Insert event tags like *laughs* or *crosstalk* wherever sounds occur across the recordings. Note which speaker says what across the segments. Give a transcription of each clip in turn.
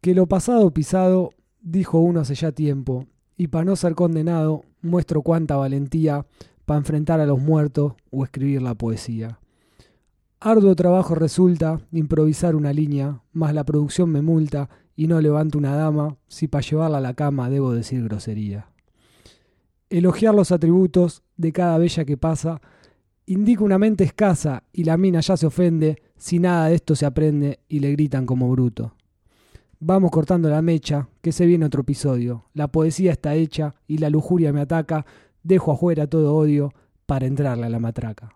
Speaker 1: que lo pasado pisado dijo uno hace ya tiempo, y para no ser condenado muestro cuánta valentía para enfrentar a los muertos o escribir la poesía. Arduo trabajo resulta improvisar una línea, mas la producción me multa y no levanto una dama si para llevarla a la cama debo decir grosería. Elogiar los atributos de cada bella que pasa indica una mente escasa y la mina ya se ofende si nada de esto se aprende y le gritan como bruto. Vamos cortando la mecha, que se viene otro episodio. La poesía está hecha y la lujuria me ataca. Dejo afuera todo odio para entrarle a la matraca.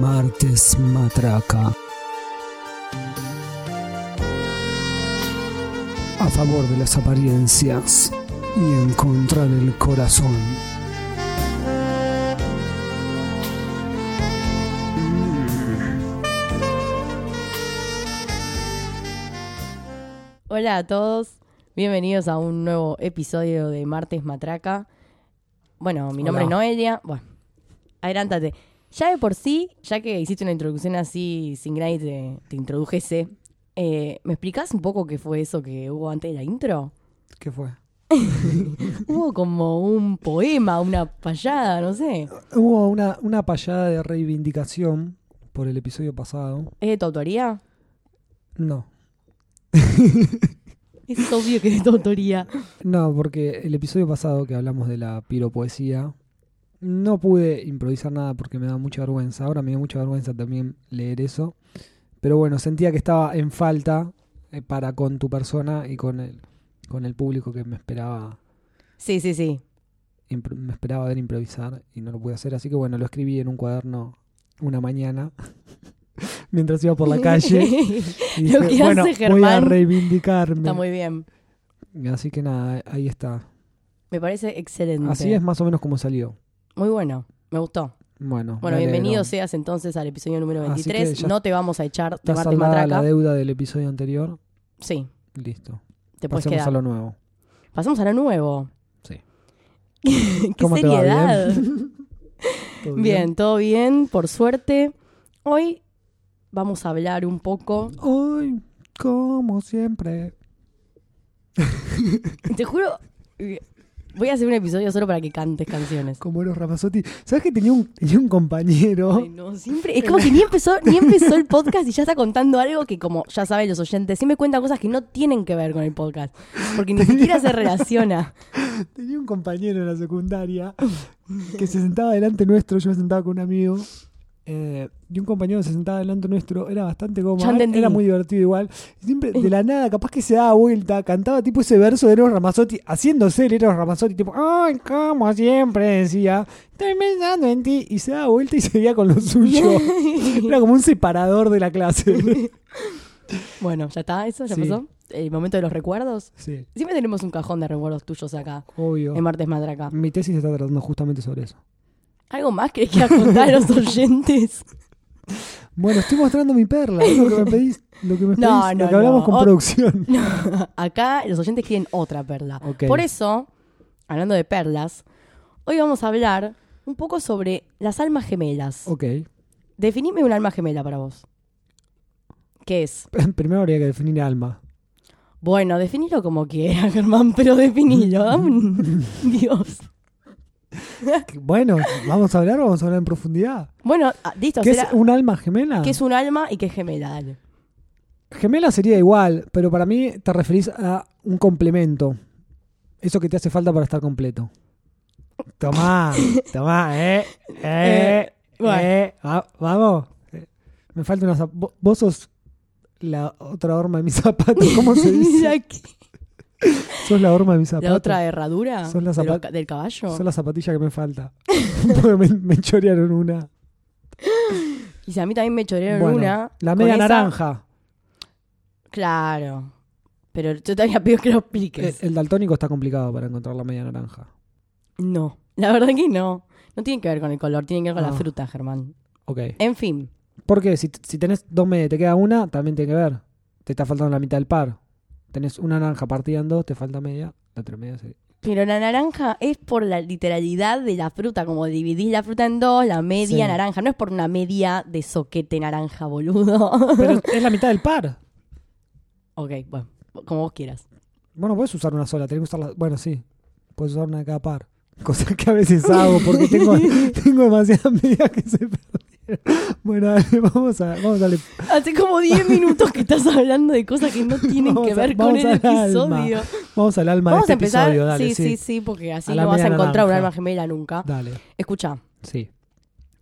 Speaker 1: Martes Matraca. A favor de las apariencias y en contra del corazón.
Speaker 2: Hola a todos, bienvenidos a un nuevo episodio de Martes Matraca. Bueno, mi
Speaker 1: Hola.
Speaker 2: nombre es Noelia. Bueno, adelántate. Ya de por sí, ya que hiciste una introducción así sin que nadie te, te introdujese, eh, ¿me explicás un poco qué fue eso que hubo antes de la intro?
Speaker 1: ¿Qué fue?
Speaker 2: Hubo como un poema, una payada, no sé.
Speaker 1: Hubo una, una payada de reivindicación por el episodio pasado.
Speaker 2: ¿Es de tu autoría?
Speaker 1: No,
Speaker 2: Es obvio que es de tu autoría.
Speaker 1: no, porque el episodio pasado que hablamos de la piropoesía, no pude improvisar nada porque me da mucha vergüenza. Ahora me da mucha vergüenza también leer eso. Pero bueno, sentía que estaba en falta eh, para con tu persona y con el, con el público que me esperaba
Speaker 2: Sí, sí, sí.
Speaker 1: impro- me esperaba ver improvisar y no lo pude hacer, así que bueno, lo escribí en un cuaderno una mañana *laughs* mientras iba por la calle. Y
Speaker 2: *laughs* Lo que hace
Speaker 1: bueno, voy a
Speaker 2: Germán
Speaker 1: reivindicarme.
Speaker 2: Está muy bien.
Speaker 1: Así que nada, ahí está.
Speaker 2: Me parece excelente.
Speaker 1: Así es más o menos como salió.
Speaker 2: Muy bueno. Me gustó.
Speaker 1: Bueno, me
Speaker 2: Bueno,
Speaker 1: alegro.
Speaker 2: bienvenido seas entonces al episodio número
Speaker 1: Así que
Speaker 2: 23.
Speaker 1: ya
Speaker 2: No te vamos a echar de
Speaker 1: Está
Speaker 2: Martes
Speaker 1: saldada la
Speaker 2: Matraca.
Speaker 1: deuda del episodio anterior.
Speaker 2: Sí,
Speaker 1: Listo.
Speaker 2: te puedes
Speaker 1: Pasemos
Speaker 2: quedar.
Speaker 1: a lo nuevo.
Speaker 2: Pasamos a lo nuevo.
Speaker 1: Sí.
Speaker 2: *laughs* ¿Qué
Speaker 1: ¿Cómo te va?
Speaker 2: seriedad?
Speaker 1: *laughs* ¿Todo
Speaker 2: *laughs* bien? todo bien, por suerte. Hoy vamos a hablar un poco.
Speaker 1: Hoy, como siempre.
Speaker 2: Te juro, eh, voy a hacer un episodio solo para que cantes canciones.
Speaker 1: Como los Ramazotti. ¿Sabes que tenía un, tenía un compañero?
Speaker 2: Ay, no, siempre. Es como que ni empezó, ni empezó el podcast y ya está contando algo que, como ya saben los oyentes, siempre cuenta cosas que no tienen que ver con el podcast. Porque ni siquiera se relaciona.
Speaker 1: Tenía un compañero en la secundaria que se sentaba delante nuestro, yo me sentaba con un amigo, eh, y un compañero se sentaba delante nuestro, era bastante
Speaker 2: Ya
Speaker 1: cómodo,
Speaker 2: entendí.
Speaker 1: era muy divertido igual. y Siempre de la nada, capaz que se daba vuelta, cantaba tipo ese verso de Eros Ramazzotti, haciéndose el Eros Ramazzotti, tipo, ay, como siempre, decía, estoy pensando en ti, y se daba vuelta y *laughs* seguía con lo
Speaker 2: *laughs*
Speaker 1: suyo. Era como un separador de la clase.
Speaker 2: Bueno, ya está, eso ya
Speaker 1: Sí.
Speaker 2: pasó. El momento de los recuerdos.
Speaker 1: Sí,
Speaker 2: Siempre tenemos un cajón de recuerdos tuyos acá,
Speaker 1: obvio.
Speaker 2: en Martes Madraca.
Speaker 1: Mi tesis está tratando justamente sobre eso.
Speaker 2: ¿Algo más que quieras contar
Speaker 1: *laughs*
Speaker 2: a los oyentes?
Speaker 1: Bueno, estoy mostrando mi perla, es lo que me pedís, lo que me
Speaker 2: *laughs* No,
Speaker 1: pedís,
Speaker 2: no,
Speaker 1: lo que hablamos
Speaker 2: no.
Speaker 1: con
Speaker 2: Ot- *laughs*
Speaker 1: producción.
Speaker 2: No, acá los oyentes quieren otra perla.
Speaker 1: Ok.
Speaker 2: Por eso, hablando de perlas, hoy vamos a hablar un poco sobre las almas gemelas.
Speaker 1: Ok, *laughs*
Speaker 2: Definime un alma gemela para vos. ¿Qué es?
Speaker 1: primero habría que definir alma.
Speaker 2: Bueno, definilo como quieras, Germán,
Speaker 1: *laughs*
Speaker 2: pero definilo. Dame un- Dios.
Speaker 1: Bueno, ¿vamos a hablar o vamos a hablar en profundidad?
Speaker 2: Bueno, ah, listo.
Speaker 1: ¿Qué
Speaker 2: será-
Speaker 1: es un alma gemela?
Speaker 2: ¿qué es un alma y qué es gemela? Dale.
Speaker 1: Gemela sería igual, pero para mí te referís a un complemento. Eso que te hace falta para estar completo.
Speaker 2: *laughs*
Speaker 1: Tomá, tomá, eh, eh,
Speaker 2: Eh, bueno.
Speaker 1: eh, va- vamos. Eh, Me falta una... zap- vo- Vos sos la otra horma de mis zapatos, ¿cómo
Speaker 2: *laughs*
Speaker 1: se dice? Sos la horma de mis zapatos.
Speaker 2: La otra herradura
Speaker 1: Son las
Speaker 2: de los
Speaker 1: zapat-
Speaker 2: ca- del caballo.
Speaker 1: Son las zapatillas que me falta. *laughs* Porque me, me chorearon una.
Speaker 2: Y si a mí también me chorearon
Speaker 1: Bueno,
Speaker 2: una.
Speaker 1: la
Speaker 2: con
Speaker 1: media
Speaker 2: esa-
Speaker 1: naranja.
Speaker 2: Claro. Pero yo te había pedido que lo
Speaker 1: El,
Speaker 2: expliques.
Speaker 1: Eh, el daltónico está complicado para encontrar la media naranja.
Speaker 2: No. La verdad que no. No tiene que ver con el color, tiene que ver con
Speaker 1: Ah.
Speaker 2: la fruta, Germán.
Speaker 1: Ok.
Speaker 2: En fin.
Speaker 1: Porque si, si tenés dos medias y te queda una, también tiene que ver.
Speaker 2: *laughs*
Speaker 1: Te está faltando la mitad del par. Tenés una naranja partida en dos, te falta media. La otra media se-
Speaker 2: Pero la naranja es por la literalidad de la fruta, como dividís la fruta en dos, la media
Speaker 1: Sí.
Speaker 2: naranja, no es por una media de soquete naranja, boludo.
Speaker 1: Pero es la mitad del par.
Speaker 2: *laughs* ok, bueno, como vos quieras.
Speaker 1: Bueno, puedes usar una sola, tenés que usar la- Bueno, sí. Puedes usar una de cada par. Cosa que a veces hago porque
Speaker 2: *laughs*
Speaker 1: tengo, tengo demasiadas *laughs* medidas que se perdieron. Bueno, dale, vamos a, vamos a darle
Speaker 2: Hace
Speaker 1: *laughs*
Speaker 2: como 10 minutos que estás hablando de cosas que no tienen
Speaker 1: Vamos
Speaker 2: que
Speaker 1: a-
Speaker 2: ver con
Speaker 1: vamos
Speaker 2: el
Speaker 1: al alma.
Speaker 2: episodio.
Speaker 1: Vamos al alma
Speaker 2: Vamos
Speaker 1: de
Speaker 2: a
Speaker 1: este
Speaker 2: empezar.
Speaker 1: episodio, dale,
Speaker 2: sí,
Speaker 1: sí.
Speaker 2: sí, sí, porque así
Speaker 1: A la
Speaker 2: no vas a
Speaker 1: media
Speaker 2: encontrar un
Speaker 1: naranja.
Speaker 2: alma gemela nunca.
Speaker 1: Dale,
Speaker 2: Escucha,
Speaker 1: sí.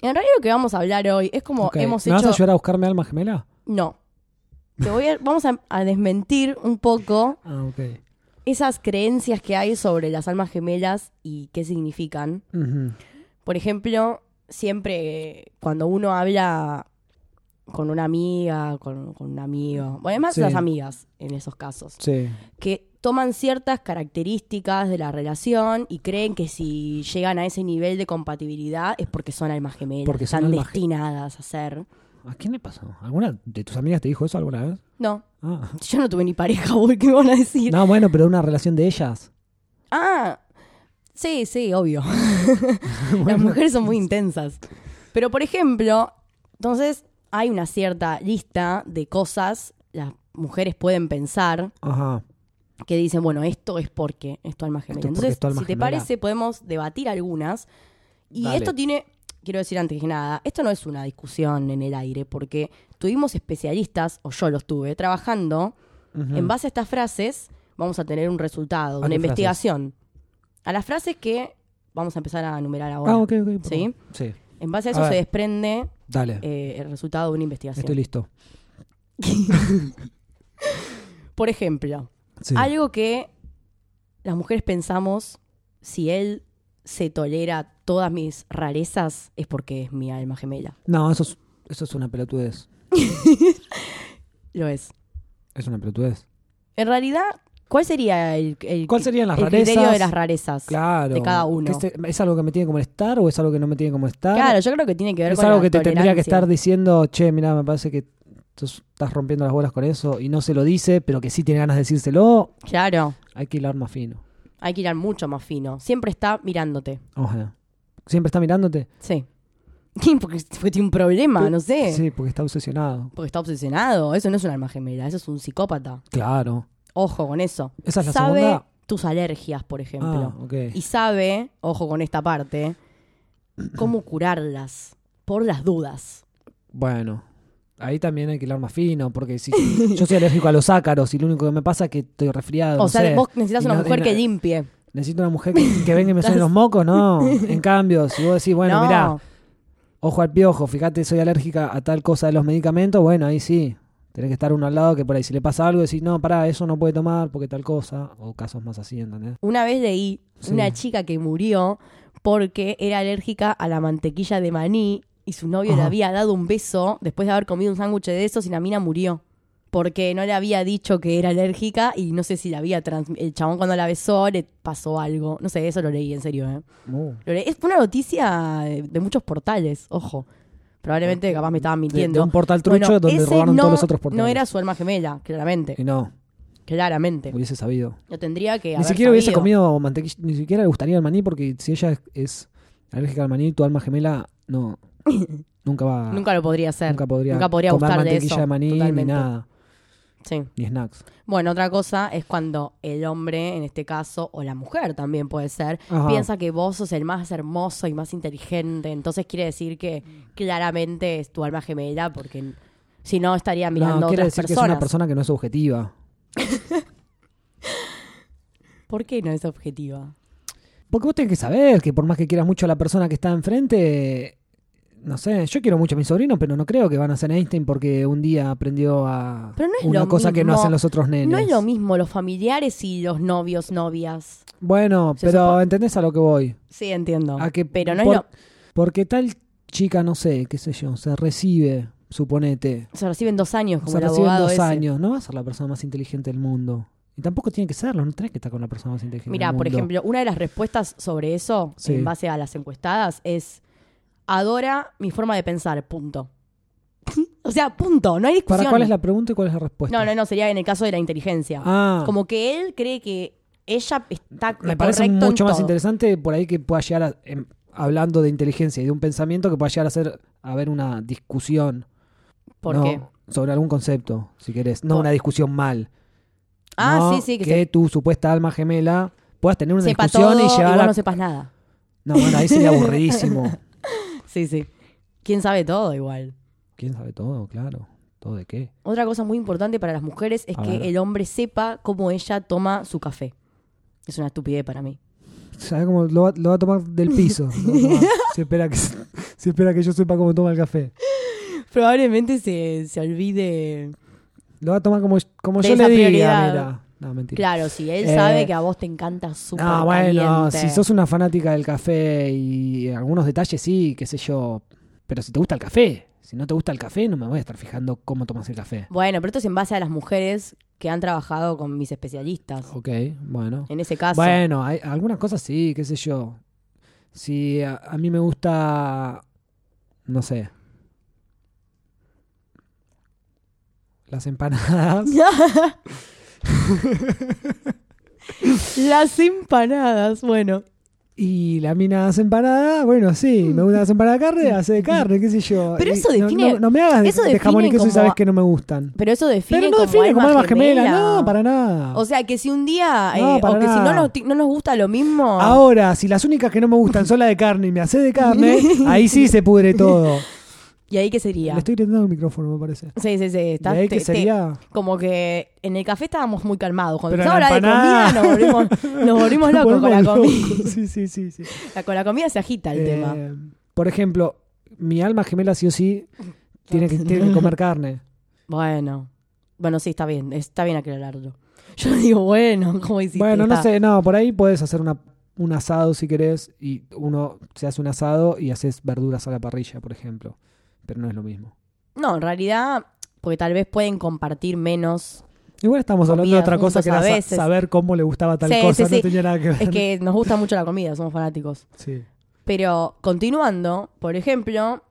Speaker 2: en realidad lo que vamos a hablar hoy es como
Speaker 1: Ok.
Speaker 2: hemos
Speaker 1: ¿Me vas
Speaker 2: hecho.
Speaker 1: a ayudar a buscarme alma gemela?
Speaker 2: No. Te voy a- vamos a, a desmentir un poco
Speaker 1: Ah, ok.
Speaker 2: esas creencias que hay sobre las almas gemelas y qué significan.
Speaker 1: Ujú.
Speaker 2: Por ejemplo, siempre eh, cuando uno habla con una amiga, con, con un amigo, bueno, además
Speaker 1: Sí.
Speaker 2: las amigas en esos casos,
Speaker 1: Sí.
Speaker 2: que toman ciertas características de la relación y creen que si llegan a ese nivel de compatibilidad es porque son almas gemelas,
Speaker 1: Porque son
Speaker 2: están
Speaker 1: almas ge-
Speaker 2: destinadas a ser.
Speaker 1: ¿A quién le pasó? ¿Alguna de tus amigas te dijo eso alguna vez?
Speaker 2: No,
Speaker 1: Ah.
Speaker 2: yo no tuve ni pareja, *laughs* ¿por qué me van a decir?
Speaker 1: No, bueno, pero una relación de ellas.
Speaker 2: Ah, sí,
Speaker 1: *laughs*
Speaker 2: sí, obvio. *laughs* Las
Speaker 1: Bueno,
Speaker 2: mujeres son muy intensas. Pero, por ejemplo, entonces hay una cierta lista de cosas las mujeres pueden pensar
Speaker 1: Ajá.
Speaker 2: que dicen, bueno, esto es porque es tu alma gemela.
Speaker 1: Esto es porque
Speaker 2: Entonces,
Speaker 1: es tu alma
Speaker 2: si te
Speaker 1: gemela.
Speaker 2: parece, podemos debatir algunas. Y
Speaker 1: Dale.
Speaker 2: esto tiene, quiero decir antes que nada, esto no es una discusión en el aire, porque tuvimos especialistas, o yo los tuve, trabajando
Speaker 1: Ujú.
Speaker 2: en base a estas frases vamos a tener un resultado,
Speaker 1: qué
Speaker 2: una
Speaker 1: Mm. frases?
Speaker 2: investigación. A las frases que vamos a empezar a enumerar ahora.
Speaker 1: Ah, ok, ok. por
Speaker 2: ¿Sí?
Speaker 1: favor. Sí.
Speaker 2: En base
Speaker 1: A
Speaker 2: a eso se
Speaker 1: ver.
Speaker 2: desprende
Speaker 1: Dale,
Speaker 2: eh, el resultado de una investigación.
Speaker 1: estoy listo.
Speaker 2: Por ejemplo,
Speaker 1: Sí.
Speaker 2: algo que las mujeres pensamos, si él se tolera todas mis rarezas, es porque es mi alma gemela.
Speaker 1: No, eso es, eso es una pelotudez.
Speaker 2: Lo es.
Speaker 1: Es una pelotudez.
Speaker 2: En realidad, ¿cuál sería el, el-
Speaker 1: ¿Cuáles serían las
Speaker 2: el
Speaker 1: rarezas?
Speaker 2: criterio de las rarezas?
Speaker 1: Claro.
Speaker 2: de cada uno?
Speaker 1: ¿Qué ¿Es, es algo que me tiene que molestar o es algo que no me tiene que molestar?
Speaker 2: Claro, yo creo que tiene que ver
Speaker 1: es
Speaker 2: con
Speaker 1: algo
Speaker 2: la
Speaker 1: que te tendría que
Speaker 2: tolerancia.
Speaker 1: estar diciendo, che, mira, me parece que tú estás rompiendo las bolas con eso y no se lo dice, pero que sí tiene ganas de decírselo,
Speaker 2: Claro.
Speaker 1: hay que hilar más fino.
Speaker 2: Hay que ir mucho más fino. Siempre está mirándote.
Speaker 1: Ojalá. ¿Siempre está mirándote?
Speaker 2: Sí. *laughs* ¿Quién? Porque, porque tiene un problema, no sé.
Speaker 1: Sí, porque está obsesionado.
Speaker 2: Porque está obsesionado. Eso no es un alma gemela, eso es un psicópata.
Speaker 1: Claro.
Speaker 2: Ojo con eso.
Speaker 1: Esa es la
Speaker 2: sabe
Speaker 1: segunda.
Speaker 2: tus alergias, por ejemplo.
Speaker 1: Ah, ok.
Speaker 2: Y sabe, ojo con esta parte, cómo curarlas por las dudas.
Speaker 1: Bueno, ahí también hay que hilar más fino, porque
Speaker 2: *laughs*
Speaker 1: si yo soy alérgico a los ácaros y lo único que me pasa es que estoy resfriado.
Speaker 2: o
Speaker 1: no
Speaker 2: sea,
Speaker 1: sé.
Speaker 2: vos necesitas
Speaker 1: Y
Speaker 2: una
Speaker 1: no-
Speaker 2: mujer
Speaker 1: y
Speaker 2: que
Speaker 1: no-
Speaker 2: limpie.
Speaker 1: Necesito una mujer que, que
Speaker 2: *laughs*
Speaker 1: venga y me suene los mocos, no. En cambio, si vos decís, bueno,
Speaker 2: no,
Speaker 1: mirá, ojo al piojo, fíjate, soy alérgica a tal cosa de los medicamentos, bueno, ahí sí. Tenés que estar uno al lado que por ahí si le pasa algo decís, no, pará, eso no puede tomar porque tal cosa, o casos más así, ¿entendés?
Speaker 2: una vez leí
Speaker 1: Sí.
Speaker 2: una chica que murió porque era alérgica a la mantequilla de maní y su novio le
Speaker 1: Ajá.
Speaker 2: había dado un beso después de haber comido un sándwich de esos y la mina murió. Porque no le había dicho que era alérgica y no sé si la había trans- el chabón cuando la besó le pasó algo. No sé, eso lo leí, en serio. ¿eh?
Speaker 1: Uh.
Speaker 2: Lo leí- Es una noticia de, de muchos portales, ojo. Probablemente capaz me estaban
Speaker 1: De,
Speaker 2: mintiendo.
Speaker 1: de un portal trucho
Speaker 2: Bueno,
Speaker 1: donde
Speaker 2: ese
Speaker 1: robaron
Speaker 2: no-
Speaker 1: todos los otros portales.
Speaker 2: No era su alma gemela, claramente.
Speaker 1: Y no,
Speaker 2: Claramente.
Speaker 1: hubiese sabido.
Speaker 2: Lo tendría que
Speaker 1: Ni
Speaker 2: haber
Speaker 1: siquiera hubiese
Speaker 2: sabido.
Speaker 1: comido mantequilla, ni siquiera le gustaría el maní, porque si ella es, es alérgica al maní, tu alma gemela no
Speaker 2: *laughs*
Speaker 1: nunca va
Speaker 2: Nunca lo podría hacer.
Speaker 1: nunca podría,
Speaker 2: nunca podría
Speaker 1: comer
Speaker 2: gustar de
Speaker 1: mantequilla
Speaker 2: eso,
Speaker 1: de maní ni
Speaker 2: totalmente.
Speaker 1: nada,
Speaker 2: Sí.
Speaker 1: ni snacks.
Speaker 2: Bueno, otra cosa es cuando el hombre, en este caso, o la mujer también puede ser,
Speaker 1: Ajá.
Speaker 2: piensa que vos sos el más hermoso y más inteligente. Entonces quiere decir que claramente es tu alma gemela, porque si no estaría mirando
Speaker 1: no,
Speaker 2: a
Speaker 1: quiere
Speaker 2: otras
Speaker 1: decir que es
Speaker 2: personas.
Speaker 1: una persona que no es objetiva.
Speaker 2: ¿Por qué no es objetiva?
Speaker 1: Porque vos tenés que saber que por más que quieras mucho a la persona que está enfrente, no sé, yo quiero mucho a mi sobrino, pero no creo que van a ser Einstein porque un día aprendió a
Speaker 2: Pero no es
Speaker 1: una
Speaker 2: lo
Speaker 1: cosa que no
Speaker 2: mismo.
Speaker 1: hacen los otros nenes.
Speaker 2: No es lo mismo los familiares y los novios, novias.
Speaker 1: Bueno,
Speaker 2: Se
Speaker 1: pero
Speaker 2: supo-
Speaker 1: entendés a lo que voy.
Speaker 2: Sí, entiendo.
Speaker 1: A que
Speaker 2: Pero no
Speaker 1: por-
Speaker 2: es lo...
Speaker 1: Porque tal chica, no sé, qué sé yo, se recibe, suponete.
Speaker 2: Se reciben dos años como
Speaker 1: se
Speaker 2: el
Speaker 1: reciben
Speaker 2: abogado
Speaker 1: dos
Speaker 2: ese.
Speaker 1: años. No va a ser la persona más inteligente del mundo. Y tampoco tiene que serlo, no tenés que estar con la persona más inteligente
Speaker 2: Mira,
Speaker 1: del mundo.
Speaker 2: por ejemplo, una de las respuestas sobre eso,
Speaker 1: Sí.
Speaker 2: en base a las encuestadas, es adora mi forma de pensar, punto. *laughs* o sea, punto, no hay discusión.
Speaker 1: ¿Para cuál es la pregunta y cuál es la respuesta?
Speaker 2: No, no, no, sería en el caso de la inteligencia.
Speaker 1: Ah,
Speaker 2: Como que él cree que ella está
Speaker 1: Me parece
Speaker 2: correcto en
Speaker 1: mucho más
Speaker 2: todo.
Speaker 1: interesante por ahí que pueda llegar a, em, hablando de inteligencia y de un pensamiento que pueda llegar a ser a ver una discusión
Speaker 2: ¿Por
Speaker 1: ¿no?
Speaker 2: qué?
Speaker 1: sobre algún concepto, si querés, no
Speaker 2: Por-
Speaker 1: una discusión mal.
Speaker 2: Ah,
Speaker 1: No
Speaker 2: sí, sí, que,
Speaker 1: que tu supuesta alma gemela puedas tener
Speaker 2: se,
Speaker 1: una
Speaker 2: sepa
Speaker 1: discusión
Speaker 2: todo y,
Speaker 1: y llegar
Speaker 2: vos
Speaker 1: a
Speaker 2: no sepas nada.
Speaker 1: No, bueno, ahí sería
Speaker 2: *laughs*
Speaker 1: aburridísimo.
Speaker 2: Sí, sí. ¿Quién sabe todo igual?
Speaker 1: ¿Quién sabe todo? Claro. ¿Todo de qué?
Speaker 2: Otra cosa muy importante para las mujeres es
Speaker 1: A
Speaker 2: que
Speaker 1: ver.
Speaker 2: el hombre sepa cómo ella toma su café. Es una estupidez para mí.
Speaker 1: ¿Sabes cómo lo va, lo va a tomar del piso? Lo va a
Speaker 2: *laughs*
Speaker 1: tomar. Se, espera que, se espera que yo sepa cómo toma el café.
Speaker 2: Probablemente se, se olvide.
Speaker 1: Lo va a tomar como, como
Speaker 2: De
Speaker 1: yo
Speaker 2: esa
Speaker 1: le diga,
Speaker 2: prioridad.
Speaker 1: mira. No, mentira.
Speaker 2: Claro, si él
Speaker 1: Eh,
Speaker 2: sabe que a vos te encanta súper
Speaker 1: no, bueno,
Speaker 2: caliente.
Speaker 1: si sos una fanática del café y algunos detalles, sí, qué sé yo. Pero si te gusta el café, si no te gusta el café, no me voy a estar fijando cómo tomas el café.
Speaker 2: Bueno, pero esto es en base a las mujeres que han trabajado con mis especialistas.
Speaker 1: Ok, bueno.
Speaker 2: En ese caso.
Speaker 1: Bueno, hay algunas cosas sí, qué sé yo. Si a, a mí me gusta, no sé, las empanadas.
Speaker 2: Las empanadas, bueno.
Speaker 1: Y la mina hace empanada, bueno, sí, me gusta las empanadas de
Speaker 2: *laughs*
Speaker 1: carne, hace de carne, qué sé yo.
Speaker 2: Pero
Speaker 1: Y
Speaker 2: eso
Speaker 1: no-
Speaker 2: define-
Speaker 1: No, no me hagas de-
Speaker 2: eso
Speaker 1: de jamón y
Speaker 2: define
Speaker 1: queso y
Speaker 2: como
Speaker 1: sabes
Speaker 2: a-
Speaker 1: que no me gustan.
Speaker 2: Pero eso define,
Speaker 1: Pero no
Speaker 2: como,
Speaker 1: define como
Speaker 2: alma
Speaker 1: alma gemela,
Speaker 2: gemela.
Speaker 1: no, para nada.
Speaker 2: O sea, que si un día, eh,
Speaker 1: No, para
Speaker 2: o que si no
Speaker 1: nada.
Speaker 2: nos, ti- no nos gusta lo mismo,
Speaker 1: Ahora, si las únicas que no me gustan son las de carne y me hace de carne,
Speaker 2: *laughs*
Speaker 1: ahí sí se pudre todo.
Speaker 2: ¿y ahí qué sería?
Speaker 1: Le estoy gritando el micrófono, me parece.
Speaker 2: Sí, sí, sí.
Speaker 1: De
Speaker 2: estás-
Speaker 1: ahí
Speaker 2: te-
Speaker 1: que
Speaker 2: te-
Speaker 1: sería...
Speaker 2: como que en el café estábamos muy calmados. Cuando
Speaker 1: Pero
Speaker 2: empezaba a
Speaker 1: la
Speaker 2: hablar de comida nos
Speaker 1: empanada. *laughs*
Speaker 2: volvimos, nos volvimos locos con la
Speaker 1: Volvemos
Speaker 2: comida.
Speaker 1: locos. *laughs* Sí, sí, sí. sí.
Speaker 2: La- Con la comida se agita el
Speaker 1: Eh,
Speaker 2: tema.
Speaker 1: Por ejemplo, mi alma gemela sí o sí tiene que, tiene que comer carne.
Speaker 2: Bueno. Bueno, sí, está bien. Está bien aclararlo. Yo *laughs* digo, bueno, ¿cómo hiciste?
Speaker 1: bueno, no
Speaker 2: Está-
Speaker 1: sé, no, por ahí puedes hacer una, un asado si querés y uno se hace un asado y haces verduras a la parrilla, por ejemplo. Pero no es lo mismo.
Speaker 2: No, en realidad, porque tal vez pueden compartir menos.
Speaker 1: Igual estamos hablando de
Speaker 2: Comidas
Speaker 1: otra cosa que era
Speaker 2: juntos a
Speaker 1: sa-
Speaker 2: veces.
Speaker 1: saber cómo le gustaba tal
Speaker 2: Sí,
Speaker 1: cosa,
Speaker 2: sí,
Speaker 1: no
Speaker 2: sí.
Speaker 1: tenía nada que ver.
Speaker 2: Es que nos gusta mucho la comida, somos fanáticos.
Speaker 1: Sí.
Speaker 2: Pero continuando, por ejemplo,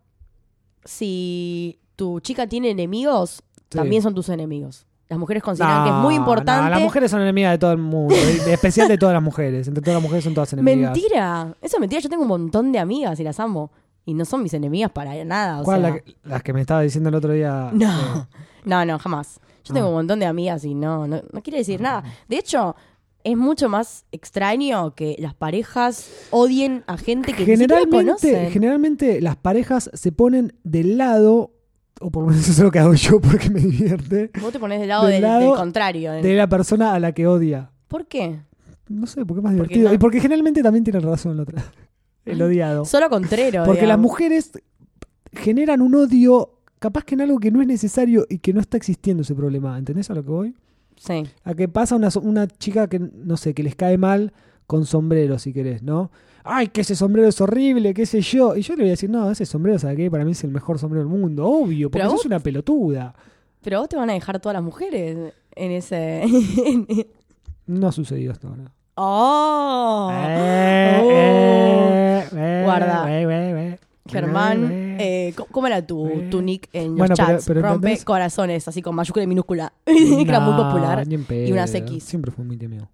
Speaker 2: si tu chica tiene enemigos, también son tus enemigos. Las mujeres consideran que es muy
Speaker 1: No, no,
Speaker 2: importante.
Speaker 1: las mujeres son enemigas de todo el mundo, y en especial de todas las mujeres. Entre todas las mujeres son todas enemigas.
Speaker 2: Mentira, eso es mentira. Yo tengo un montón de amigas y las amo. Y no son mis enemigas para nada. O
Speaker 1: ¿Cuál?
Speaker 2: sea,
Speaker 1: La que- las que me estaba diciendo el otro día.
Speaker 2: No, *laughs* no, no, jamás. Yo tengo
Speaker 1: Ah.
Speaker 2: un montón de amigas y no, no, no quiere decir nada. De hecho, es mucho más extraño que las parejas odien a gente que ni siquiera
Speaker 1: generalmente,
Speaker 2: conocen.
Speaker 1: generalmente las parejas se ponen del lado, o por lo menos *laughs* eso es lo que hago yo porque me divierte,
Speaker 2: Vos te pones del lado
Speaker 1: del
Speaker 2: del,
Speaker 1: lado
Speaker 2: del contrario. del-
Speaker 1: de la persona a la que odia.
Speaker 2: ¿Por qué?
Speaker 1: No sé, porque es más
Speaker 2: Porque
Speaker 1: divertido.
Speaker 2: no.
Speaker 1: Y porque generalmente también tienen razón la otra. El odiado.
Speaker 2: Solo contrero.
Speaker 1: Porque las
Speaker 2: digamos.
Speaker 1: mujeres generan un odio capaz que en algo que no es necesario y que no está existiendo ese problema. ¿Entendés a lo que voy?
Speaker 2: Sí.
Speaker 1: A que pasa una, so- una chica que, no sé, que les cae mal con sombrero, si querés, ¿no? Ay, que ese sombrero es horrible, qué sé yo. Y yo le voy a decir, no, ese sombrero, ¿sabes qué? Para mí es el mejor sombrero del mundo, obvio, porque
Speaker 2: Pero
Speaker 1: eso
Speaker 2: vos-
Speaker 1: es una pelotuda.
Speaker 2: Pero vos te van a dejar todas las mujeres en ese. *laughs* en-
Speaker 1: No ha sucedido hasta ahora.
Speaker 2: ¡Oh!
Speaker 1: Eh,
Speaker 2: Oh.
Speaker 1: eh, eh,
Speaker 2: Guarda.
Speaker 1: eh, eh, eh.
Speaker 2: Germán,
Speaker 1: Eh, eh.
Speaker 2: eh, *laughs* co- ¿cómo era tu,
Speaker 1: Eh.
Speaker 2: tu nick en los
Speaker 1: Bueno, pero-
Speaker 2: chats?
Speaker 1: pero
Speaker 2: Rompe
Speaker 1: ¿entendés?
Speaker 2: corazones, así con mayúscula y minúscula. *laughs* que era muy
Speaker 1: No,
Speaker 2: popular.
Speaker 1: ni en
Speaker 2: y unas
Speaker 1: pedo.
Speaker 2: X.
Speaker 1: Siempre fue muy temido.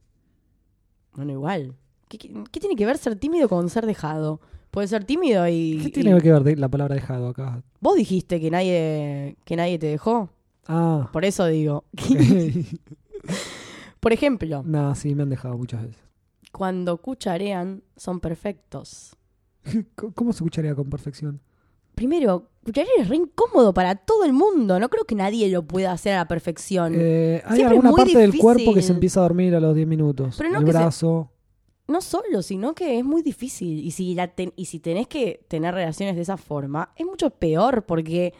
Speaker 2: Bueno, igual. ¿Qué, qué, qué tiene que ver ser tímido con ser dejado? Puede ser tímido y.
Speaker 1: ¿Qué
Speaker 2: y-
Speaker 1: tiene que ver de- la palabra dejado acá?
Speaker 2: Vos dijiste que nadie, que nadie te dejó. *laughs*
Speaker 1: Ah.
Speaker 2: Por eso digo.
Speaker 1: ok. *laughs*
Speaker 2: *laughs* Por ejemplo,
Speaker 1: no, sí, me han dejado muchas veces.
Speaker 2: cuando cucharean, son perfectos.
Speaker 1: C- ¿Cómo se escucharía con perfección?
Speaker 2: Primero, cucharear es re incómodo para todo el mundo. No creo que nadie lo pueda hacer a la perfección.
Speaker 1: Eh, hay
Speaker 2: Siempre
Speaker 1: alguna
Speaker 2: es muy
Speaker 1: parte del
Speaker 2: difícil.
Speaker 1: cuerpo que se empieza a dormir a los 10 minutos.
Speaker 2: Pero no
Speaker 1: el
Speaker 2: que se-
Speaker 1: brazo.
Speaker 2: No solo, sino que es muy difícil. Y si, la ten- y si tenés que tener relaciones de esa forma, es mucho peor porque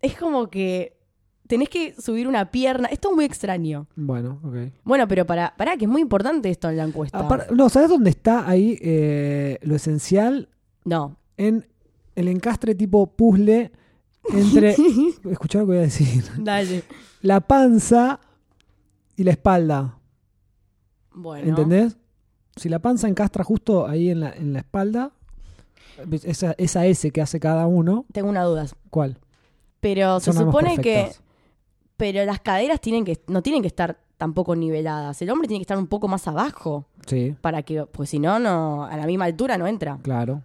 Speaker 2: es como que tenés que subir una pierna. Esto es muy extraño.
Speaker 1: Bueno, ok.
Speaker 2: Bueno, pero para, para que es muy importante esto en la encuesta.
Speaker 1: Apar- no, ¿sabes dónde está ahí eh, lo esencial?
Speaker 2: no.
Speaker 1: En el encastre tipo puzzle entre.
Speaker 2: *laughs*
Speaker 1: Escuchá lo que voy a decir.
Speaker 2: Dale.
Speaker 1: La panza y la espalda.
Speaker 2: Bueno.
Speaker 1: ¿Entendés? Si la panza encastra justo ahí en la, en la espalda, esa, esa S que hace cada uno,
Speaker 2: Tengo una duda.
Speaker 1: ¿cuál?
Speaker 2: Pero se
Speaker 1: Son armas
Speaker 2: supone que.
Speaker 1: perfectas.
Speaker 2: Pero las caderas tienen que, no tienen que estar tampoco niveladas. El hombre tiene que estar un poco más abajo
Speaker 1: Sí,
Speaker 2: para que, pues si no, no, a la misma altura no entra. *laughs*
Speaker 1: claro.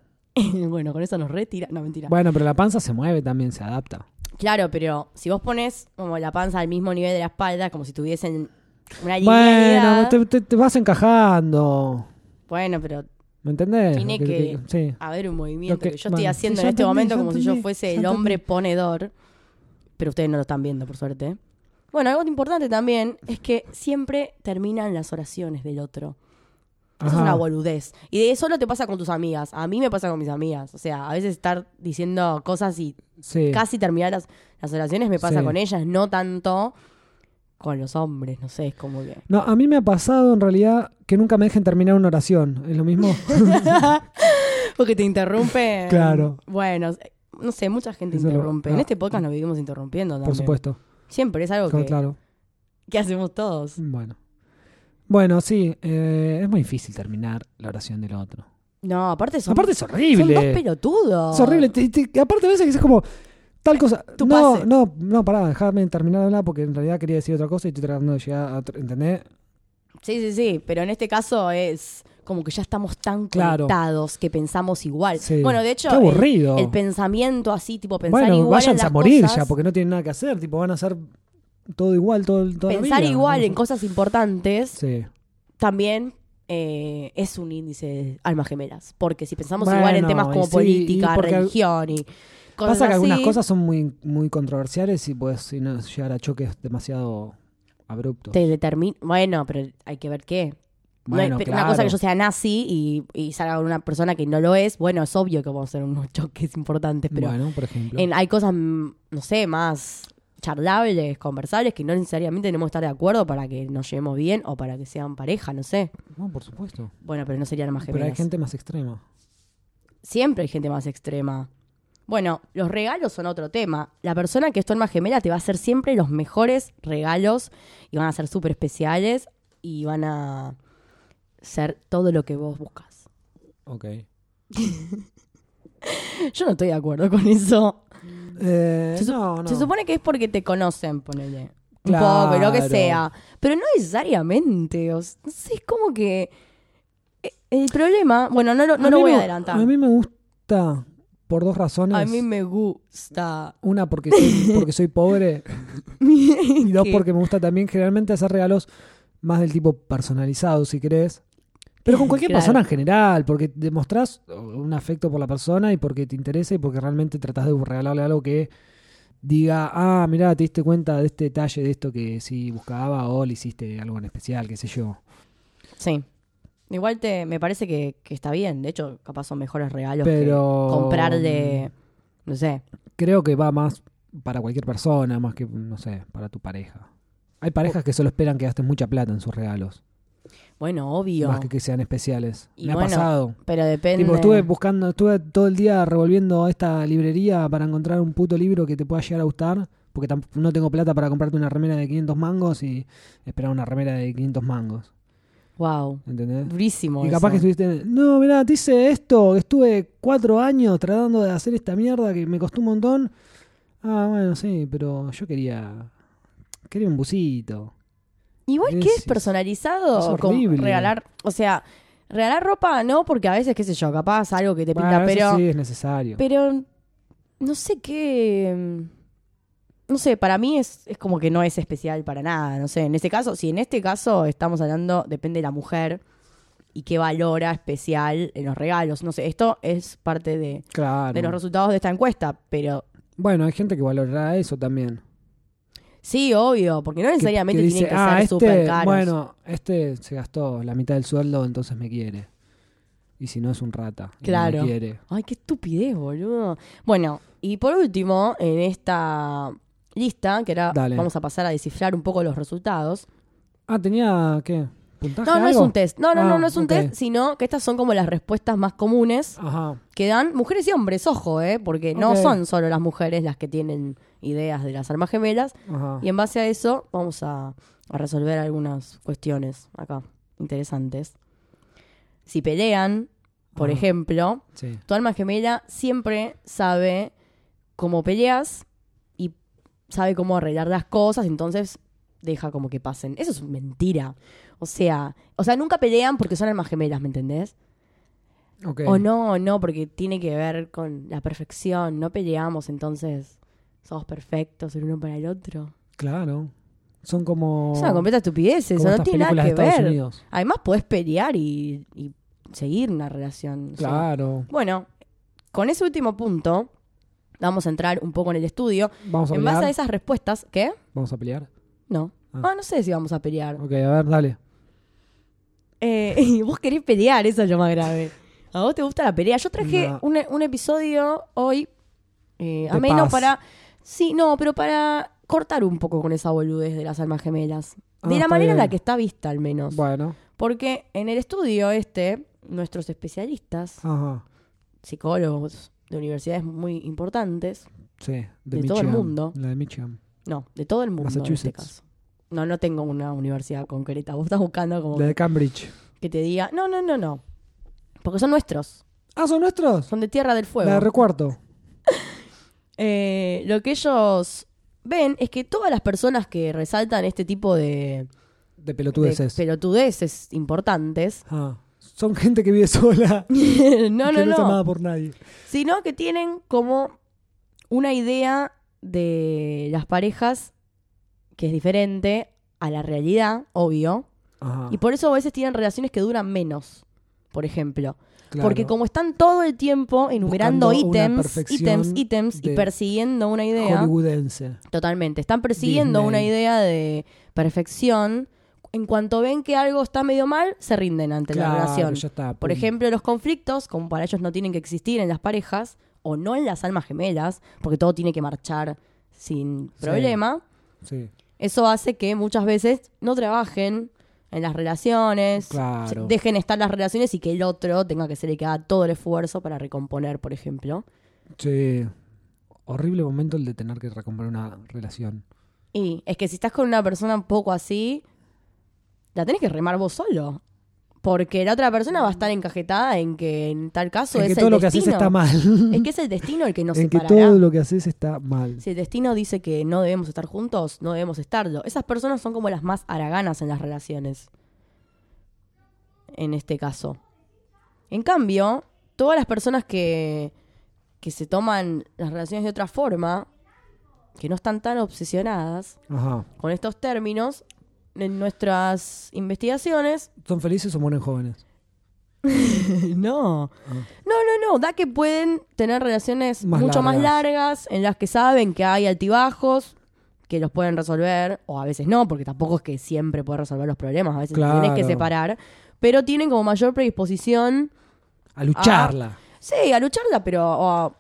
Speaker 2: bueno, con eso nos retira. No, mentira.
Speaker 1: Bueno, pero la panza se mueve también, se adapta.
Speaker 2: Claro, pero si vos pones como la panza al mismo nivel de la espalda, como si tuviesen una linealidad.
Speaker 1: Bueno, te, te- te vas encajando.
Speaker 2: Bueno, pero
Speaker 1: ¿Me entendés?
Speaker 2: Tiene
Speaker 1: Lo
Speaker 2: que-
Speaker 1: Sí.
Speaker 2: a ver un movimiento
Speaker 1: Lo que-
Speaker 2: que, yo estoy
Speaker 1: bueno, sí,
Speaker 2: haciendo en
Speaker 1: ya
Speaker 2: este
Speaker 1: entendí,
Speaker 2: momento
Speaker 1: ya
Speaker 2: como si
Speaker 1: entendí,
Speaker 2: yo fuese
Speaker 1: ya
Speaker 2: el hombre
Speaker 1: entendí.
Speaker 2: ponedor, pero ustedes no lo están viendo, por suerte. Bueno, algo importante también es que siempre terminan las oraciones del otro. Eso es
Speaker 1: Ajá.
Speaker 2: una boludez. Y de eso no te pasa con tus amigas. A mí me pasa con mis amigas. O sea, a veces estar diciendo cosas y
Speaker 1: Sí.
Speaker 2: casi terminar las, las oraciones me pasa
Speaker 1: Sí.
Speaker 2: con ellas, no tanto con los hombres. No sé, es como
Speaker 1: *laughs*
Speaker 2: que.
Speaker 1: No, a mí me ha pasado en realidad que nunca me dejen terminar una oración. ¿Es lo
Speaker 2: *laughs*
Speaker 1: mismo?
Speaker 2: Porque te interrumpe.
Speaker 1: Claro.
Speaker 2: Bueno, eh, no sé, mucha gente
Speaker 1: Eso lo-
Speaker 2: interrumpe. En
Speaker 1: ah.
Speaker 2: este podcast nos vivimos interrumpiendo también.
Speaker 1: Por supuesto.
Speaker 2: Siempre es algo que,
Speaker 1: Claro.
Speaker 2: que hacemos todos.
Speaker 1: Bueno. Bueno, sí, eh, es muy difícil terminar la oración del otro.
Speaker 2: No, aparte son,
Speaker 1: aparte es
Speaker 2: son dos
Speaker 1: horrible.
Speaker 2: pelotudos.
Speaker 1: Es horrible. Te- te- aparte a veces es como tal cosa.
Speaker 2: Tu
Speaker 1: no,
Speaker 2: pase.
Speaker 1: no, no, pará, dejadme terminar de hablar porque en realidad quería decir otra cosa y estoy tratando de llegar a otro- ¿entendés?
Speaker 2: Sí, sí, sí. Pero en este caso es como que ya estamos tan
Speaker 1: Claro.
Speaker 2: conectados que pensamos igual.
Speaker 1: Sí.
Speaker 2: Bueno, de hecho,
Speaker 1: Qué
Speaker 2: el,
Speaker 1: aburrido.
Speaker 2: el pensamiento así, tipo pensar
Speaker 1: bueno,
Speaker 2: igual. en
Speaker 1: váyanse
Speaker 2: las
Speaker 1: a morir
Speaker 2: cosas,
Speaker 1: ya porque no tienen nada que hacer, tipo van a hacer todo igual, todo el
Speaker 2: Pensar igual en cosas importantes
Speaker 1: Sí.
Speaker 2: también eh, es un índice de almas gemelas. Porque si pensamos
Speaker 1: Bueno,
Speaker 2: igual en temas como
Speaker 1: y sí,
Speaker 2: política,
Speaker 1: y porque-
Speaker 2: religión y cosas
Speaker 1: Pasa que algunas
Speaker 2: así,
Speaker 1: cosas son muy, muy controversiales y puedes si no, llegar a choques demasiado abruptos.
Speaker 2: te determina. Bueno, pero hay que ver qué. No es-
Speaker 1: Bueno,
Speaker 2: pero
Speaker 1: claro.
Speaker 2: Una cosa que yo sea nazi y, y salga con una persona que no lo es, bueno, es obvio que vamos a hacer unos choques importantes, pero
Speaker 1: Bueno, por ejemplo.
Speaker 2: en- hay cosas, mm, no sé, más charlables, conversables, que no necesariamente tenemos que estar de acuerdo para que nos llevemos bien o para que sean pareja, no sé.
Speaker 1: Bueno, por supuesto.
Speaker 2: Bueno, pero no serían más
Speaker 1: Pero hay
Speaker 2: gemelas.
Speaker 1: gente más extrema.
Speaker 2: Siempre hay gente más extrema. Bueno, los regalos son otro tema. La persona que es tu alma gemela te va a hacer siempre los mejores regalos y van a ser súper especiales y van a ser todo lo que vos buscas.
Speaker 1: Ok.
Speaker 2: Yo no estoy de acuerdo con eso.
Speaker 1: Eh,
Speaker 2: Se, su-
Speaker 1: no, no.
Speaker 2: se supone que es porque te conocen, ponele.
Speaker 1: Claro.
Speaker 2: Un poco, lo que sea. Pero no necesariamente. O sea, no sé, es como que. eh, El problema. Bueno, no lo, no
Speaker 1: A
Speaker 2: lo
Speaker 1: mí
Speaker 2: voy a
Speaker 1: me-
Speaker 2: adelantar.
Speaker 1: A mí me gusta por dos razones.
Speaker 2: a mí me gusta.
Speaker 1: Una, porque soy, porque soy pobre. y dos, porque me gusta también generalmente hacer regalos más del tipo personalizado, si querés. Pero con cualquier
Speaker 2: Claro.
Speaker 1: persona en general, porque demostrás un afecto por la persona y porque te interesa y porque realmente tratás de regalarle algo que diga, ah, mirá, te diste cuenta de este detalle, de esto que sí buscaba o le hiciste algo en especial, qué sé yo.
Speaker 2: Sí. Igual te, me parece que, que está bien. De hecho, capaz son mejores regalos
Speaker 1: Pero- mm.
Speaker 2: que comprar de. No sé.
Speaker 1: Creo que va más para cualquier persona, más que, no sé, para tu pareja. Hay parejas que solo esperan que gastes mucha plata en sus regalos,
Speaker 2: Bueno, obvio.
Speaker 1: más que que sean especiales.
Speaker 2: Y
Speaker 1: Me
Speaker 2: bueno,
Speaker 1: ha pasado.
Speaker 2: Pero depende.
Speaker 1: Tipo, estuve buscando, estuve todo el día revolviendo esta librería para encontrar un puto libro que te pueda llegar a gustar, porque tamp- no tengo plata para comprarte una remera de 500 mangos y esperar una remera de 500 mangos,
Speaker 2: Wow.
Speaker 1: ¿entendés?
Speaker 2: Durísimo.
Speaker 1: Y capaz que
Speaker 2: eso.
Speaker 1: estuviste, no, mirá, te hice esto, estuve cuatro años tratando de hacer esta mierda que me costó un montón. Ah, bueno, sí, pero yo quería, quería un busito.
Speaker 2: Igual que es
Speaker 1: Gracias. Es
Speaker 2: personalizado, como
Speaker 1: horrible.
Speaker 2: regalar, o sea, regalar ropa no, porque a veces, qué sé yo, capaz algo que te pinta,
Speaker 1: Bueno, eso
Speaker 2: pero,
Speaker 1: sí es necesario.
Speaker 2: pero no sé qué, mm, no sé, para mí es, es como que no es especial para nada, no sé, en este caso, si en este caso estamos hablando, depende de la mujer y qué valora especial en los regalos, no sé, esto es parte de,
Speaker 1: claro.
Speaker 2: de los resultados de esta encuesta, pero
Speaker 1: Bueno, hay gente que valorará eso también.
Speaker 2: sí, obvio, porque no
Speaker 1: que-
Speaker 2: necesariamente
Speaker 1: que
Speaker 2: tienen
Speaker 1: dice,
Speaker 2: que
Speaker 1: "Ah,
Speaker 2: ser
Speaker 1: este,
Speaker 2: súper caros.
Speaker 1: Bueno, este se gastó la mitad del sueldo, entonces me quiere. Y si no es un rata, y
Speaker 2: Claro.
Speaker 1: no me quiere.
Speaker 2: Ay, qué estupidez, boludo. Bueno, y por último, en esta lista, que ahora
Speaker 1: Dale.
Speaker 2: vamos a pasar a descifrar un poco los resultados.
Speaker 1: Ah, tenía qué? ¿Puntaje
Speaker 2: No, no es
Speaker 1: algo?
Speaker 2: un test. No, no, no,
Speaker 1: Ah,
Speaker 2: no es un
Speaker 1: ok.
Speaker 2: test, sino que estas son como las respuestas más comunes
Speaker 1: Ajá.
Speaker 2: que dan mujeres y hombres, ojo, ¿eh? Porque no
Speaker 1: Ok.
Speaker 2: son solo las mujeres las que tienen ideas de las armas gemelas.
Speaker 1: Ajá.
Speaker 2: Y en base a eso, vamos a, a resolver algunas cuestiones acá interesantes. Si pelean, por
Speaker 1: Ah.
Speaker 2: ejemplo,
Speaker 1: Sí.
Speaker 2: tu alma gemela siempre sabe cómo peleas y sabe cómo arreglar las cosas, entonces deja como que pasen. Eso es mentira. O sea, o sea, nunca pelean porque son almas gemelas, ¿me entendés?
Speaker 1: Ok.
Speaker 2: O no, o no, porque tiene que ver con la perfección. No peleamos, entonces somos perfectos el uno para el otro.
Speaker 1: Claro. Son como.
Speaker 2: Es una completa estupidez, eso
Speaker 1: Oh. como
Speaker 2: no
Speaker 1: estas
Speaker 2: tiene nada
Speaker 1: películas de
Speaker 2: que
Speaker 1: Estados
Speaker 2: ver.
Speaker 1: Unidos.
Speaker 2: Además, podés pelear y, y seguir una relación. o sea,
Speaker 1: Claro.
Speaker 2: Bueno, con ese último punto, vamos a entrar un poco en el estudio.
Speaker 1: Vamos a
Speaker 2: En base a
Speaker 1: pelear.
Speaker 2: esas respuestas, ¿qué?
Speaker 1: Vamos a pelear.
Speaker 2: No.
Speaker 1: Ah.
Speaker 2: Ah, no sé si vamos a pelear.
Speaker 1: Ok, a ver, dale.
Speaker 2: Eh, *laughs* vos querés pelear, eso es lo más grave. ¿A vos te gusta la pelea? Yo traje
Speaker 1: No.
Speaker 2: un, un episodio hoy eh,
Speaker 1: De
Speaker 2: ameno
Speaker 1: paz.
Speaker 2: para... Sí, no, pero para cortar un poco con esa boludez de las almas gemelas.
Speaker 1: Ah,
Speaker 2: de la
Speaker 1: está
Speaker 2: manera en la
Speaker 1: bien.
Speaker 2: que está vista, al menos.
Speaker 1: Bueno.
Speaker 2: Porque en el estudio este, nuestros especialistas,
Speaker 1: Ajá.
Speaker 2: psicólogos de universidades muy importantes,
Speaker 1: Sí. De,
Speaker 2: De todo el
Speaker 1: Michigan.
Speaker 2: mundo.
Speaker 1: La de Michigan.
Speaker 2: No, de todo el mundo en este
Speaker 1: Massachusetts.
Speaker 2: caso. No, no tengo una universidad concreta. *laughs* Vos estás buscando como
Speaker 1: La de Cambridge.
Speaker 2: que te diga, no, no, no, no. Porque son nuestros,
Speaker 1: Ah, son nuestros.
Speaker 2: son de Tierra del Fuego.
Speaker 1: La de Recuarto.
Speaker 2: Eh, lo que ellos ven es que todas las personas que resaltan este tipo de,
Speaker 1: De
Speaker 2: de
Speaker 1: pelotudeces.
Speaker 2: pelotudeces importantes, *laughs*
Speaker 1: Ah. Son gente que vive *laughs* sola.
Speaker 2: no,
Speaker 1: y que
Speaker 2: no,
Speaker 1: no es amada
Speaker 2: no,
Speaker 1: por nadie.
Speaker 2: sino que tienen como una idea de las parejas que es diferente a la realidad, obvio,
Speaker 1: Ajá.
Speaker 2: Y por eso a veces tienen relaciones que duran menos, por ejemplo.
Speaker 1: claro.
Speaker 2: Porque como están todo el tiempo enumerando
Speaker 1: Buscando una
Speaker 2: ítems,
Speaker 1: perfección
Speaker 2: ítems, ítems y
Speaker 1: de
Speaker 2: persiguiendo una idea.
Speaker 1: Hollywoodense.
Speaker 2: Totalmente. Están persiguiendo
Speaker 1: Disney.
Speaker 2: una idea de perfección. En cuanto ven que algo está medio mal, se rinden ante
Speaker 1: Claro,
Speaker 2: la relación.
Speaker 1: ya está,
Speaker 2: Por
Speaker 1: pum.
Speaker 2: ejemplo, los conflictos, como para ellos no tienen que existir en las parejas o no en las almas gemelas, porque todo tiene que marchar sin
Speaker 1: Sí.
Speaker 2: problema.
Speaker 1: Sí.
Speaker 2: Eso hace que muchas veces no trabajen en las relaciones,
Speaker 1: Claro.
Speaker 2: se- dejen estar las relaciones y que el otro tenga que ser el que haga todo el esfuerzo para recomponer, por ejemplo.
Speaker 1: Sí. Horrible momento el de tener que recomprar una relación.
Speaker 2: Y es que si estás con una persona un poco así, la tenés que remar vos solo. Porque la otra persona va a estar encajetada en que en tal caso
Speaker 1: En
Speaker 2: es
Speaker 1: que
Speaker 2: el
Speaker 1: todo lo que haces
Speaker 2: destino.
Speaker 1: está mal.
Speaker 2: Es que es el destino el
Speaker 1: *laughs*
Speaker 2: que nos
Speaker 1: en que
Speaker 2: separará.
Speaker 1: todo lo que haces está mal.
Speaker 2: Si el destino dice que no debemos estar juntos, no debemos estarlo. Esas personas son como las más haraganas en las relaciones. En este caso. En cambio, todas las personas que, que se toman las relaciones de otra forma, que no están tan obsesionadas
Speaker 1: Ajá.
Speaker 2: con estos términos, en nuestras investigaciones,
Speaker 1: ¿Son felices o mueren jóvenes?
Speaker 2: *laughs* no. No, no, no. Da que pueden tener relaciones
Speaker 1: Ah. Más
Speaker 2: mucho más
Speaker 1: largas.
Speaker 2: largas, en las que saben que hay altibajos, que los pueden resolver, o a veces no, porque tampoco es que siempre puedes resolver los problemas, a veces te tenés que
Speaker 1: Claro.
Speaker 2: separar. Pero tienen como mayor predisposición, Ah,
Speaker 1: A lucharla.
Speaker 2: sí, a lucharla, pero o a,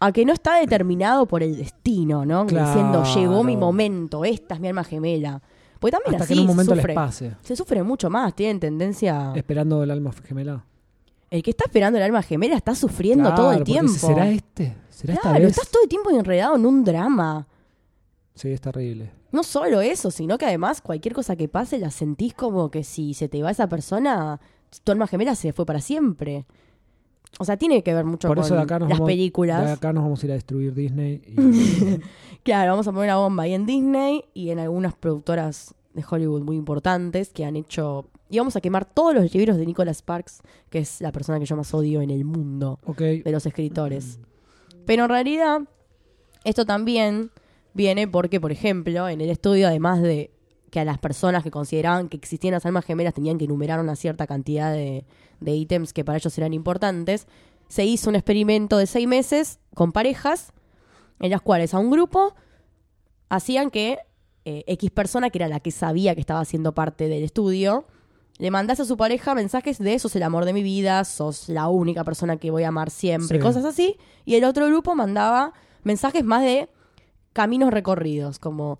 Speaker 2: a que no está determinado por el destino, ¿no? Como Diciendo,
Speaker 1: Claro.
Speaker 2: llegó mi momento, esta es mi alma gemela. Porque también
Speaker 1: Hasta
Speaker 2: así
Speaker 1: que en un momento
Speaker 2: se
Speaker 1: les
Speaker 2: sufre. Ah.
Speaker 1: pase.
Speaker 2: Se sufre mucho más, tienen tendencia.
Speaker 1: Esperando el alma gemela.
Speaker 2: El que está esperando el alma gemela está sufriendo
Speaker 1: Claro,
Speaker 2: todo el
Speaker 1: porque
Speaker 2: tiempo.
Speaker 1: dice, ¿Será este? ¿Será esta
Speaker 2: Claro,
Speaker 1: vez?
Speaker 2: estás todo el tiempo enredado en un drama.
Speaker 1: Sí, es terrible.
Speaker 2: No solo eso, sino que además cualquier cosa que pase la sentís como que si se te va esa persona, tu alma gemela se fue para siempre. O sea, tiene que ver mucho
Speaker 1: Por
Speaker 2: con
Speaker 1: eso de acá nos
Speaker 2: las
Speaker 1: vamos, De
Speaker 2: películas.
Speaker 1: acá nos vamos a ir a destruir Disney. y-
Speaker 2: *laughs* Claro, vamos a poner una bomba ahí en Disney y en algunas productoras de Hollywood muy importantes que han hecho... Y vamos a quemar todos los libros de Nicholas Sparks, que es la persona que yo más odio en el mundo.
Speaker 1: ok.
Speaker 2: de los escritores. Pero en realidad, esto también viene porque, por ejemplo, en el estudio, además de que a las personas que consideraban que existían las almas gemelas tenían que enumerar una cierta cantidad de, de ítems que para ellos eran importantes, se hizo un experimento de seis meses con parejas en las cuales a un grupo hacían que eh, X persona, que era la que sabía que estaba siendo parte del estudio, le mandase a su pareja mensajes de sos el amor de mi vida, sos la única persona que voy a amar siempre,
Speaker 1: Sí.
Speaker 2: cosas así. Y el otro grupo mandaba mensajes más de caminos recorridos, como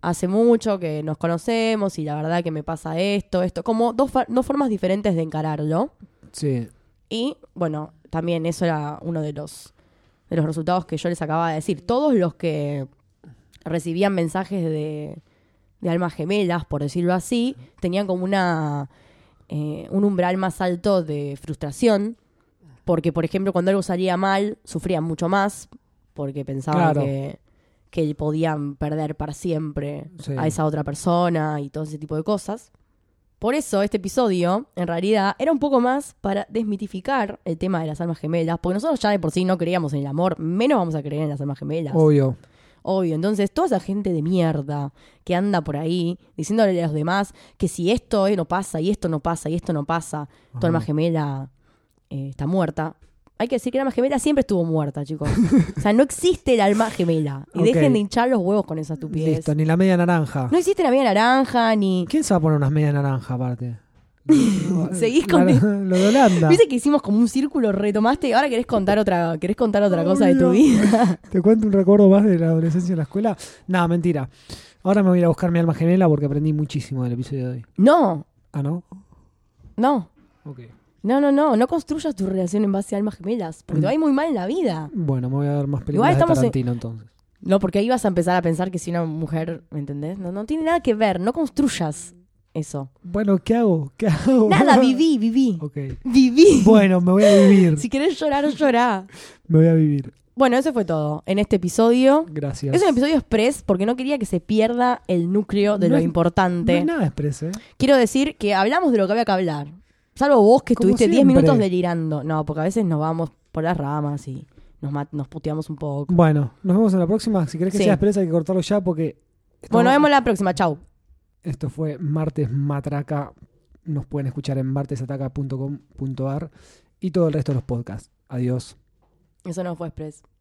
Speaker 2: hace mucho que nos conocemos y la verdad que me pasa esto, esto, como dos, fa- dos formas diferentes de encararlo.
Speaker 1: Sí.
Speaker 2: Y bueno, también eso era uno de los, de los resultados que yo les acababa de decir. Todos los que recibían mensajes de, de almas gemelas, por decirlo así, tenían como una eh, un umbral más alto de frustración. Porque, por ejemplo, cuando algo salía mal, sufrían mucho más porque pensaban
Speaker 1: Claro.
Speaker 2: que, que podían perder para siempre
Speaker 1: Sí.
Speaker 2: a esa otra persona y todo ese tipo de cosas. Por eso este episodio, en realidad, era un poco más para desmitificar el tema de las almas gemelas, porque nosotros ya de por sí no creíamos en el amor, menos vamos a creer en las almas gemelas.
Speaker 1: Obvio.
Speaker 2: Obvio, entonces toda esa gente de mierda que anda por ahí diciéndole a los demás que si esto eh, no pasa y esto no pasa y esto no pasa, tu
Speaker 1: Ajá.
Speaker 2: alma gemela eh, está muerta. Hay que decir que la alma gemela siempre estuvo muerta, chicos. o sea, no existe el alma gemela. Y
Speaker 1: Ok.
Speaker 2: dejen de hinchar los huevos con esa estupidez.
Speaker 1: Listo, ni la media naranja.
Speaker 2: No existe la media naranja ni...
Speaker 1: ¿Quién se va a poner unas medias naranjas
Speaker 2: *laughs*
Speaker 1: aparte? eh,
Speaker 2: Seguís con
Speaker 1: La- *laughs* lo de Holanda.
Speaker 2: Viste que hicimos como un círculo, retomaste y ahora querés contar otra, querés contar
Speaker 1: Oh,
Speaker 2: otra cosa de tu
Speaker 1: Obvio.
Speaker 2: vida. *laughs*
Speaker 1: ¿Te cuento un recuerdo más de la adolescencia en la escuela? Nada, mentira. Ahora me voy a ir a buscar mi alma gemela porque aprendí muchísimo del episodio de hoy.
Speaker 2: no,
Speaker 1: Ah, ¿no?
Speaker 2: no.
Speaker 1: Ok.
Speaker 2: No, no, no, no construyas tu relación en base a almas gemelas, porque te va a ir muy mal en la vida.
Speaker 1: Bueno, me voy a ver más
Speaker 2: Igual
Speaker 1: películas de
Speaker 2: estamos en-
Speaker 1: Tarantino entonces.
Speaker 2: No, porque ahí vas a empezar a pensar que si una mujer, ¿me entendés? No, no tiene nada que ver, no construyas eso.
Speaker 1: Bueno, ¿qué hago? ¿Qué hago? *laughs*
Speaker 2: *laughs* Nada, viví, viví.
Speaker 1: Ok.
Speaker 2: Viví.
Speaker 1: Bueno, me voy a vivir.
Speaker 2: Si querés llorar, llorá.
Speaker 1: Me voy a vivir.
Speaker 2: Bueno, eso fue todo en este episodio.
Speaker 1: Gracias.
Speaker 2: Es un episodio express porque no quería que se pierda el núcleo de
Speaker 1: No
Speaker 2: lo
Speaker 1: es- No hay
Speaker 2: importante.
Speaker 1: nada expreso, ¿eh?
Speaker 2: Quiero decir que hablamos de lo que había que hablar. Salvo vos que
Speaker 1: Como
Speaker 2: estuviste 10
Speaker 1: siempre.
Speaker 2: minutos delirando. No, porque a veces nos vamos por las ramas y nos, mat- nos puteamos un poco.
Speaker 1: Bueno, nos vemos en la próxima. Si querés que
Speaker 2: Sí.
Speaker 1: sea expresa hay que cortarlo ya porque...
Speaker 2: Bueno, nos
Speaker 1: estamos-
Speaker 2: vemos la próxima. Chau.
Speaker 1: Esto fue Martes Matraca. Nos pueden escuchar en martesataca.com.ar y todo el resto de los podcasts. Adiós.
Speaker 2: Eso no fue express.